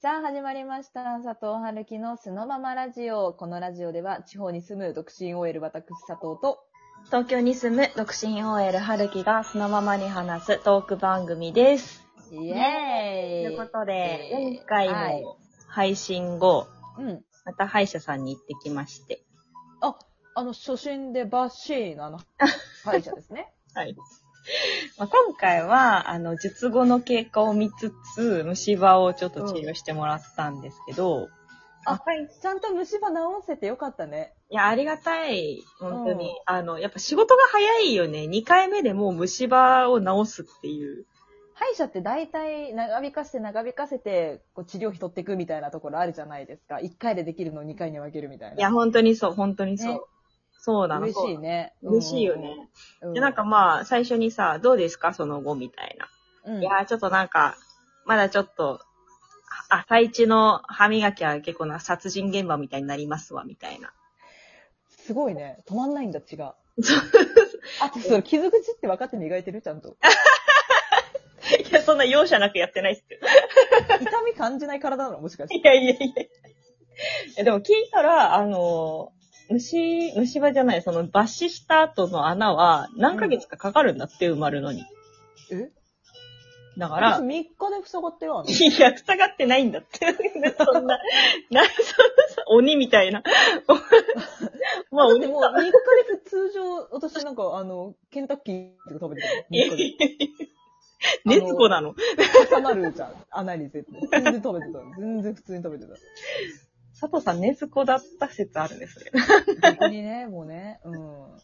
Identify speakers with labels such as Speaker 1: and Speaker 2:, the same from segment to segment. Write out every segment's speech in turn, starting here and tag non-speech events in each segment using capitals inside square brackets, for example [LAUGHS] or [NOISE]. Speaker 1: さあ、始まりました。佐藤春樹のすのままラジオ。このラジオでは、地方に住む独身 OL 私佐藤と、
Speaker 2: 東京に住む独身 OL 春樹がそのままに話すトーク番組です。
Speaker 1: イエーイ
Speaker 2: ということで、
Speaker 1: イエーイ
Speaker 2: 前回
Speaker 1: はい
Speaker 2: の配信後、
Speaker 1: うん。
Speaker 2: また歯医者さんに行ってきまして。
Speaker 1: あの、初心でバッシーのあ
Speaker 2: [LAUGHS]
Speaker 1: の、歯医者ですね。
Speaker 2: はい。 [LAUGHS] まあ、今回は、あの、術後の経過を見つつ、虫歯をちょっと治療してもらったんですけど、
Speaker 1: あ
Speaker 2: あはい。
Speaker 1: ちゃんと虫歯治せてよかったね。
Speaker 2: いや、ありがたい。本当
Speaker 1: うん
Speaker 2: に。あの、やっぱ仕事が早いよね。2回目でもう虫歯を治すっていう。
Speaker 1: 歯医者って大体長引かせて長引かせて、こう治療費取っていくみたいなところあるじゃないですか。1回でできるのを2回に分けるみたいな。
Speaker 2: いや、本当にそう、本当にそう。
Speaker 1: ね
Speaker 2: そうなの。
Speaker 1: 嬉しいね。
Speaker 2: 嬉しいよね。
Speaker 1: うん。
Speaker 2: で、なんかまあ、最初にさ、どうですかその後みたいな。
Speaker 1: うん、
Speaker 2: いやー、ちょっとなんか、まだちょっと、あ朝一の歯磨きは結構な殺人現場みたいになりますわ、みたいな。
Speaker 1: すごいね。止まんないんだ、血が。あと、それ、傷口って分かって磨いてるちゃんと。
Speaker 2: [LAUGHS] いや、そんな容赦なくやってないっすよ。
Speaker 1: 痛み感じない体なのもしかして。
Speaker 2: いやいやいやいや。でも聞いたら、あのー、虫、虫歯じゃない、その抜歯した後の穴は何ヶ月かかかるんだって、埋まるのに。
Speaker 1: え
Speaker 2: だか
Speaker 1: 私
Speaker 2: ら
Speaker 1: 3、日で塞がってよ。あの
Speaker 2: いや、塞がってないんだって。 [LAUGHS] そんな、な、そんな、鬼みたいな。 [LAUGHS] まあ、
Speaker 1: だっ
Speaker 2: 鬼 [LAUGHS]
Speaker 1: てもう3日で通常、私なんか、あの、ケンタッキーとか食べてる。3日で。
Speaker 2: [LAUGHS] 熱子なの。
Speaker 1: 挟まるじゃん。穴に絶対。全然食べてた。全然普通に食べてた。
Speaker 2: 佐藤さん、熱子だった説あるね、それ。
Speaker 1: 逆にね、もうね。うん。う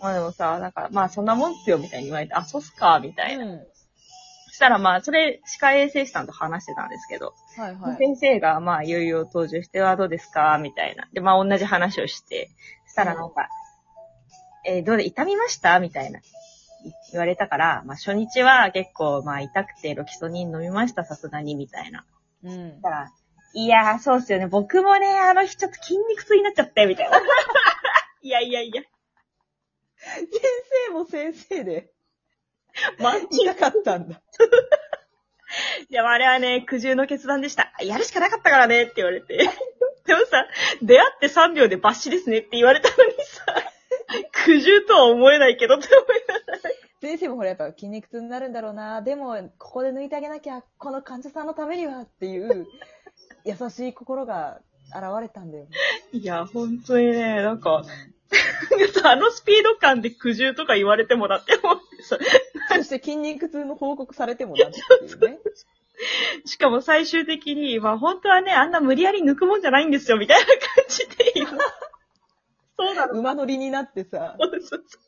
Speaker 2: まあでもさ、なんか、まあそんなもんっすよ、みたいに言われて、あ、そうっすか、みたいな。
Speaker 1: ん。
Speaker 2: そしたらまあ、それ、歯科衛生士さんと話してたんですけど、
Speaker 1: はいはい。
Speaker 2: 先生が、まあ、いよいよ登場してはどうですか、みたいな。で、まあ、同じ話をして、そしたらなんか、えーどうで、痛みましたみたいな。い言われたから、まあ、初日は結構、まあ、痛くて、ロキソニン飲みました、さすがに、みたいな。
Speaker 1: うん
Speaker 2: だ。から、いやー、そうっすよね。僕もね、あの日ちょっと筋肉痛になっちゃって、みたい [LAUGHS] な。いやいやいや。
Speaker 1: 先生も先生で、
Speaker 2: まあ、い
Speaker 1: 痛かったんだ。
Speaker 2: や、あれはね、苦渋の決断でした。やるしかなかったからね、って言われて。 [LAUGHS] でもさ、出会って3秒で抜歯ですねって言われたのにさ、 [LAUGHS] 苦渋とは思えないけどって思いながら
Speaker 1: 先生もほらやっぱ筋肉痛になるんだろうな。でも、ここで抜いてあげなきゃ、この患者さんのためにはっていう、 [LAUGHS] 優しい心が現れたんだよ。
Speaker 2: いや、本当にね、なんか、なんか [LAUGHS] さあのスピード感で苦渋とか言われてもだって思ってさ、
Speaker 1: そして筋肉痛の報告されてもなっていうね。
Speaker 2: しかも最終的に、まあ本当はね、あんな無理やり抜くもんじゃないんですよ、みたいな感じで言う [LAUGHS] そうなの。
Speaker 1: 馬乗りになってさ。
Speaker 2: そうそうそ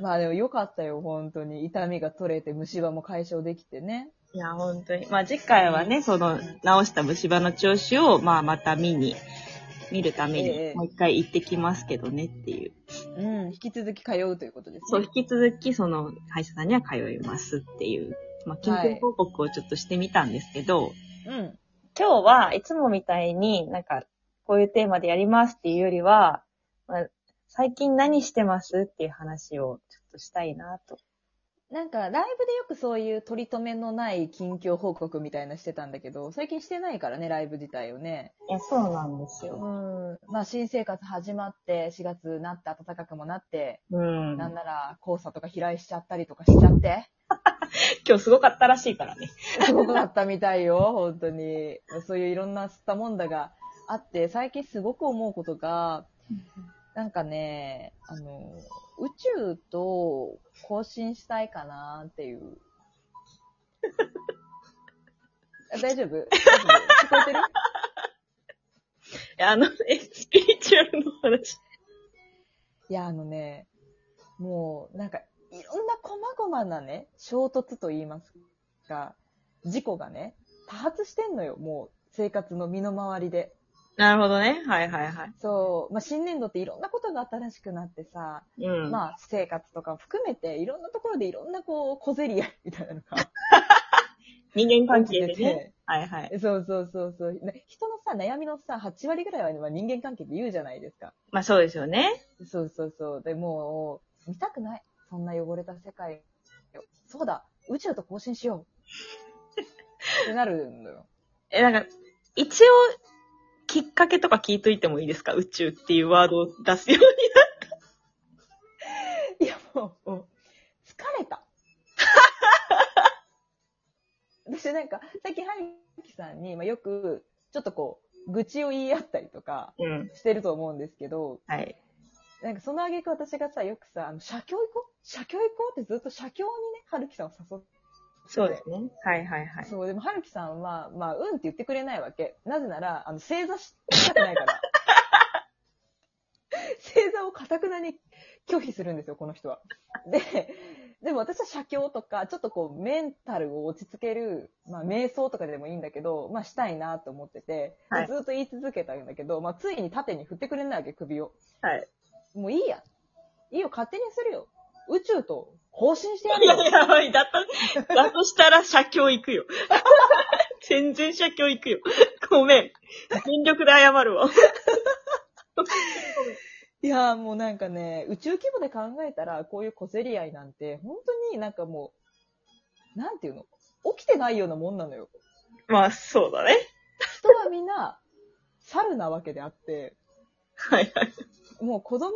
Speaker 1: まあでもよかったよ、本当に。痛みが取れて、虫歯も解消できてね。
Speaker 2: ういや、本当に。まあ次回はね、その、治した虫歯の調子を、まあまた見に、見るため
Speaker 1: ええ
Speaker 2: に、もう一回行ってきますけどねっていう。
Speaker 1: うん、引き続き通うということです
Speaker 2: そう、
Speaker 1: ね。
Speaker 2: 引き続き、その、歯医者さんには通いますっていう、まあ近
Speaker 1: はい
Speaker 2: 況報告をちょっとしてみたんですけど、
Speaker 1: うん。
Speaker 2: 今日はいつもみたいになんか、こういうテーマでやりますっていうよりは、まあ、最近何してますっていう話をちょっとしたいなと。
Speaker 1: なんか、ライブでよくそういう取り留めのない近況報告みたいなしてたんだけど、最近してないからね、ライブ自体をね。
Speaker 2: いや、そうなんです
Speaker 1: う
Speaker 2: よ。
Speaker 1: ん。まあ、新生活始まって、4月なって暖かくもなって、
Speaker 2: うん。
Speaker 1: なんなら、黄砂とか飛来しちゃったりとかしちゃって、
Speaker 2: 今日すごかったらしいからね。
Speaker 1: すごかったみたいよ、 [LAUGHS] 本当に。そういういろんな吸ったもんだがあって、最近すごく思うことが、なんかね、あの、宇宙と交信したいかなっていう。
Speaker 2: [LAUGHS]
Speaker 1: あ大丈夫大丈夫聞こえてる
Speaker 2: あの、え、スピリチュアルの話。
Speaker 1: いや、あのね、もう、なんか、いろんな細々なね、衝突と言いますか、事故がね、多発してんのよ、もう、生活の身の回りで。
Speaker 2: なるほどね。はいはいは
Speaker 1: そう、まあ、新年度っていろんなことが新しくなってさ、
Speaker 2: い。うん。
Speaker 1: まあ、私生活とかを含めて、いろんなところでいろんなこう、小競り合いみたいなのが
Speaker 2: 人間関
Speaker 1: 起き
Speaker 2: 係
Speaker 1: て
Speaker 2: でね。
Speaker 1: て、
Speaker 2: はいはい。
Speaker 1: そうそうそうそう、ね人のさ、悩みのさ、8割ぐらいは、まあ、人間関係で言うじゃないですか。
Speaker 2: まあそうですよね。
Speaker 1: そうそうそう。でもう、見たくない。そんな汚れた世界を。そうだ、宇宙と交信しよってなるのよ。
Speaker 2: え、なんか、一応、きっかけとか聞いといてもいいですか宇宙っていうワードを出すようにな。
Speaker 1: いや、もう、もう疲れた。私なんか、最近、ハリキさんに、まあ、よく、ちょっとこう、愚痴を言い合ったりとか
Speaker 2: うん。
Speaker 1: してると思うんですけど、
Speaker 2: はい。
Speaker 1: なんかその挙句私がさ、よくさ、あの、写経行こう写経行こうってずっと写経にね、はるきさんを誘っ
Speaker 2: そうですね。はいはいはい。
Speaker 1: そう、でも、はるきさんは、まあ、うんって言ってくれないわけ。なぜなら、あの、正座したくない
Speaker 2: [LAUGHS]
Speaker 1: から。正座をかたくなに拒否するんですよ、この人は。で、でも私は写経とか、ちょっとこう、メンタルを落ち着ける、まあ、瞑想とかでもいいんだけど、まあ、したいなと思ってて、で
Speaker 2: はい
Speaker 1: ずっと言い続けたんだけど、まあ、ついに縦に振ってくれないわけ、首を。
Speaker 2: はい。
Speaker 1: もういいや。いいよ、勝手にするよ。宇宙と交信してや
Speaker 2: い [LAUGHS]
Speaker 1: るよ。
Speaker 2: [LAUGHS] や、やばい。だと、だとしたら、写経行く [LAUGHS] よ。全然写経行くよ。ごめん。全力で謝るわ。
Speaker 1: いやーもうなんかね、宇宙規模で考えたら、こういう小競り合いなんて、本当になんかもう、なんていうの起きてないようなもんなのよ。
Speaker 2: まあ、そうだね。
Speaker 1: 人はみんな、猿なわけであって、
Speaker 2: はいはい。
Speaker 1: もう子供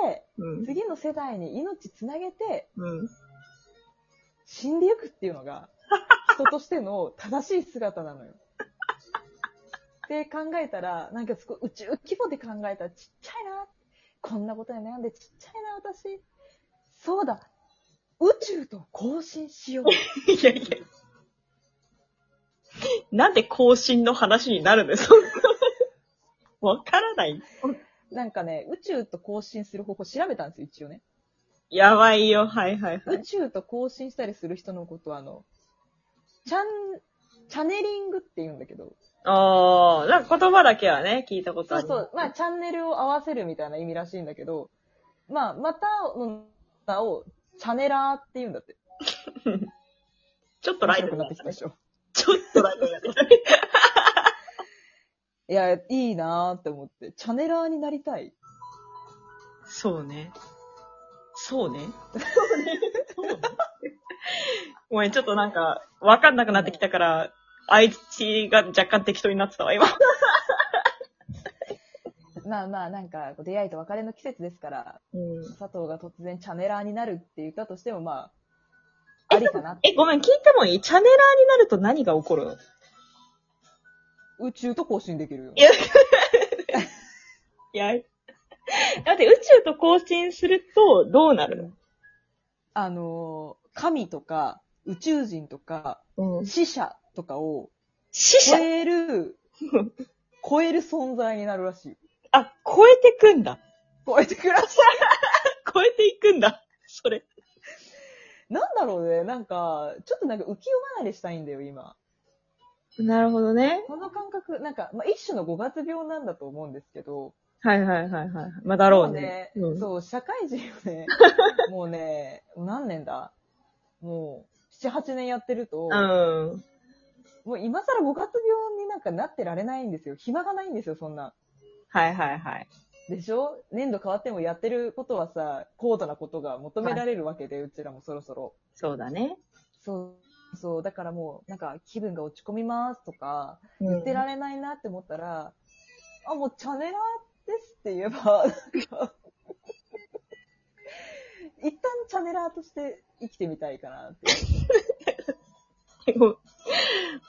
Speaker 1: 産んで、
Speaker 2: うん。
Speaker 1: 次の世代に命つなげて、
Speaker 2: うん。
Speaker 1: 死んでいくっていうの
Speaker 2: [LAUGHS]
Speaker 1: が、人としての正しい姿なのよ。って考えたら、なんかすごい宇宙規模で考えたらちっちゃいな。こんなことに悩んでちっちゃいな、私。そうだ。宇宙と交信しよう。
Speaker 2: [LAUGHS] いやいや。なんで更新の話になるんですか [LAUGHS] わからない。
Speaker 1: なんかね、宇宙と交信する方法調べたんですよ、一応ね。
Speaker 2: やばいよ。はいはいは
Speaker 1: 宇
Speaker 2: い。
Speaker 1: 宙と交信したりする人のことは、あの、チャン、チャネリングって言うんだけど、
Speaker 2: あー、なんか言葉だけはね、聞いたこと
Speaker 1: そ
Speaker 2: あ
Speaker 1: う
Speaker 2: る。
Speaker 1: そう。まあ、チャンネルを合わせるみたいな意味らしいんだけど、まあ、またの名を、チャネラーって言うんだって。
Speaker 2: ちょっと
Speaker 1: 面
Speaker 2: ライ
Speaker 1: 白
Speaker 2: ト
Speaker 1: くな
Speaker 2: にな
Speaker 1: っ
Speaker 2: って
Speaker 1: きた
Speaker 2: てきた
Speaker 1: で
Speaker 2: ね。
Speaker 1: しょ。
Speaker 2: ちょっとライトになってきたね。
Speaker 1: いや、いいなーって思って。チャネラーになりたい。
Speaker 2: そうね。そうね。そうね。ごめん、ちょっとなんか、わかんなくなってきたから、相槌が若干適当になってたわ、今。
Speaker 1: まあまあ、なんか、出会いと別れの季節ですから、
Speaker 2: うん。
Speaker 1: 佐藤が突然チャネラーになるって言ったとしても、まあ、ありかなって。
Speaker 2: え、ごめん、聞いてもいいチャネラーになると何が起こるの
Speaker 1: 宇宙と交信できるよ。
Speaker 2: やいや、だって宇宙と交信するとどうなる
Speaker 1: あのー神とか、宇宙人とか、
Speaker 2: のうん。
Speaker 1: 死者とかを
Speaker 2: 死
Speaker 1: 超
Speaker 2: 者
Speaker 1: え
Speaker 2: [LAUGHS]
Speaker 1: る、超える存在になるらしい。
Speaker 2: あ、超えてくんだ。 [LAUGHS]
Speaker 1: 超えてくらしい。
Speaker 2: 超えていくんだ。それ。
Speaker 1: なんだろうね、なんか、ちょっとなんか浮世離れしたいんだよ、今。
Speaker 2: なるほどね。
Speaker 1: この感覚、なんか、まあ、一種の五月病なんだと思うんですけど、
Speaker 2: はいはいはいはい。まあ、だろうね。
Speaker 1: もう
Speaker 2: うん
Speaker 1: そう、社会人を
Speaker 2: [LAUGHS]
Speaker 1: ね、もうね、何年だもう、七、八年やってると、
Speaker 2: うん。
Speaker 1: もう今更五月病になんかなってられないんですよ。暇がないんですよ、そんな。
Speaker 2: はいはいはい。
Speaker 1: でしょ年度変わってもやってることはさ、高度なことが求められるわけで、うちらもそろそろ。
Speaker 2: そうだね。
Speaker 1: そう、そう、だからもう、なんか気分が落ち込みますとか、
Speaker 2: 言
Speaker 1: 捨てられないなって思ったら、あ、もうチャネラーですって言えば、なんか一旦チャネラーとして生きてみたいかなって。
Speaker 2: もう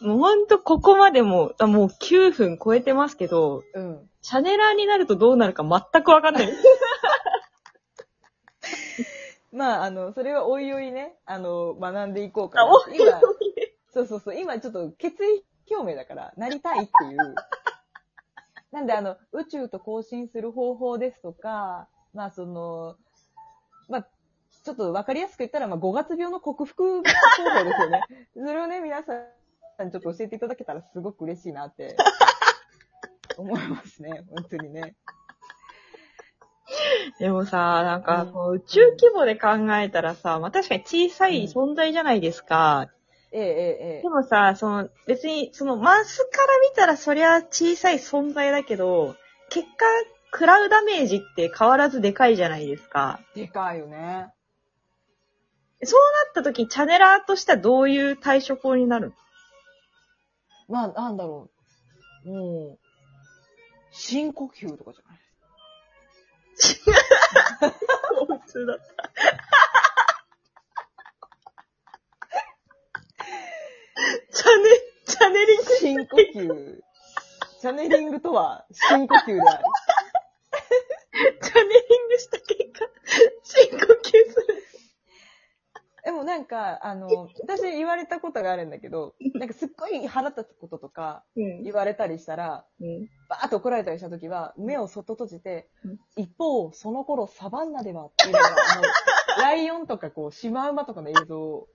Speaker 2: もうほんとここまでも、あもう9分超えてますけど、
Speaker 1: うん。
Speaker 2: チャネラーになるとどうなるか全くわかんない。 [LAUGHS]
Speaker 1: まあ、あの、それはおいおいね、あの、学んでいこうか
Speaker 2: あ、
Speaker 1: な
Speaker 2: お。
Speaker 1: 今、そうそうそう、今ちょっと決意表明だから、なりたいっていう。なんで、あの、宇宙と交信する方法ですとか、まあ、その、まあ、ちょっとわかりやすく言ったら、まあ、5月病の克服方法ですよ
Speaker 2: [LAUGHS]
Speaker 1: ね。それをね、皆さんにちょっと教えていただけたらすごく嬉しいな
Speaker 2: [LAUGHS]
Speaker 1: って、思いますね。本当にね。
Speaker 2: でもさ、なんか、
Speaker 1: うん
Speaker 2: こう宇宙規模で考えたらさ、まあ、確かに小さい存在じゃないですか。
Speaker 1: えええええ
Speaker 2: でもさ、その、別に、その、マスから見たらそりゃ小さい存在だけど、結果、食らうダメージって変わらずでかいじゃないですか。
Speaker 1: え。でかいよね。
Speaker 2: そうなった時、チャネラーとしてはどういう対処法になるの
Speaker 1: まあ、なんだろう。もう、深呼吸とかじゃない
Speaker 2: 普通だ。チャネ、チャネリン
Speaker 1: 深
Speaker 2: グ。
Speaker 1: 呼吸。チャネリングとは深呼吸である。
Speaker 2: チャネリングした結果、深呼吸する。
Speaker 1: でもなんか、あの、私言われたことがあるんだけど、なんかすっごい腹立つこととか
Speaker 2: うん。
Speaker 1: 言われたりしたら、バーッと怒られたりしたときは、目をそっと閉じて
Speaker 2: うん、
Speaker 1: 一方、その頃サバンナではっていうのが、あのライオンとかこう、シマウマとかの映像を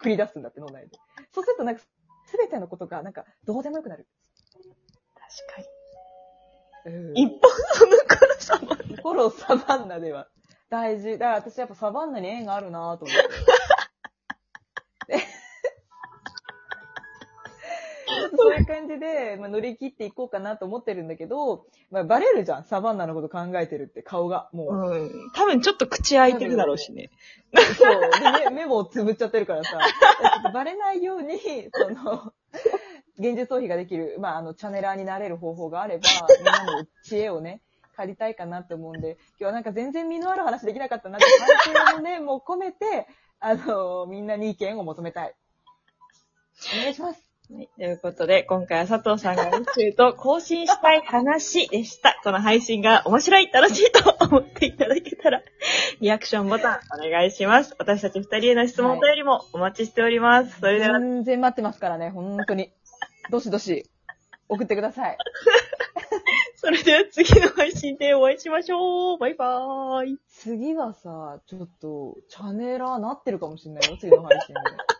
Speaker 1: 繰り出すんだって脳内で。そうするとなんか、すべてのことがなんか、どうでもよくなる。
Speaker 2: 確か
Speaker 1: うん
Speaker 2: に。一本その頃さま。
Speaker 1: 一方、サバンナでは。大事。だから私やっぱサバンナに縁があるなぁと [LAUGHS] 思って。でちょっとそういう感じで、まあ、乗り切っていこうかなと思ってるんだけど、まあ、バレるじゃん。サバンナのこと考えてるって顔が。もう。
Speaker 2: うん。多分ちょっと口開いてるだろうしね。
Speaker 1: そう。で、目目もつぶっちゃってるからさ、ちょっとバレないように、その、現実逃避ができる、まあ、あの、チャネラーになれる方法があれば、みんなの知恵をね、借りたいかなって思うんで、今日はなんか全然身のある話できなかったなって、反省のね、もう込めて、あの、みんなに意見を求めたい。お願いします。
Speaker 2: はい。ということで、今回は佐藤さんが宇宙と更新したい話でした。この配信が面白い、楽しいと [LAUGHS] 思っていただけたら、リアクションボタンお願いします。私たち二人への質問お便りもお待ちしております。それでは、
Speaker 1: 全然待ってますからね、本当に。どしどし、送ってください。
Speaker 2: それでは次の配信でお会いしましょう。バイバーイ。
Speaker 1: 次はさ、ちょっと、チャネラーなってるかもしれないよ、次の配信で。